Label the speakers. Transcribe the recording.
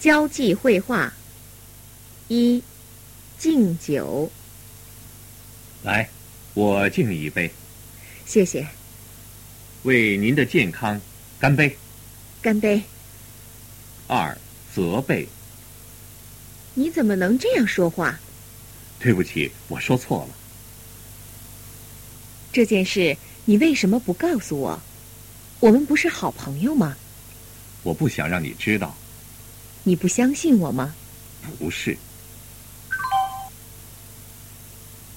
Speaker 1: 交际绘画。一，敬酒，
Speaker 2: 来，我敬你一杯，
Speaker 1: 谢谢，
Speaker 2: 为您的健康干杯。
Speaker 1: 干杯！
Speaker 2: 二，责备，
Speaker 1: 你怎么能这样说话？
Speaker 2: 对不起，我说错了。
Speaker 1: 这件事你为什么不告诉我？我们不是好朋友吗？
Speaker 2: 我不想让你知道，
Speaker 1: 你不相信我吗？
Speaker 2: 不是。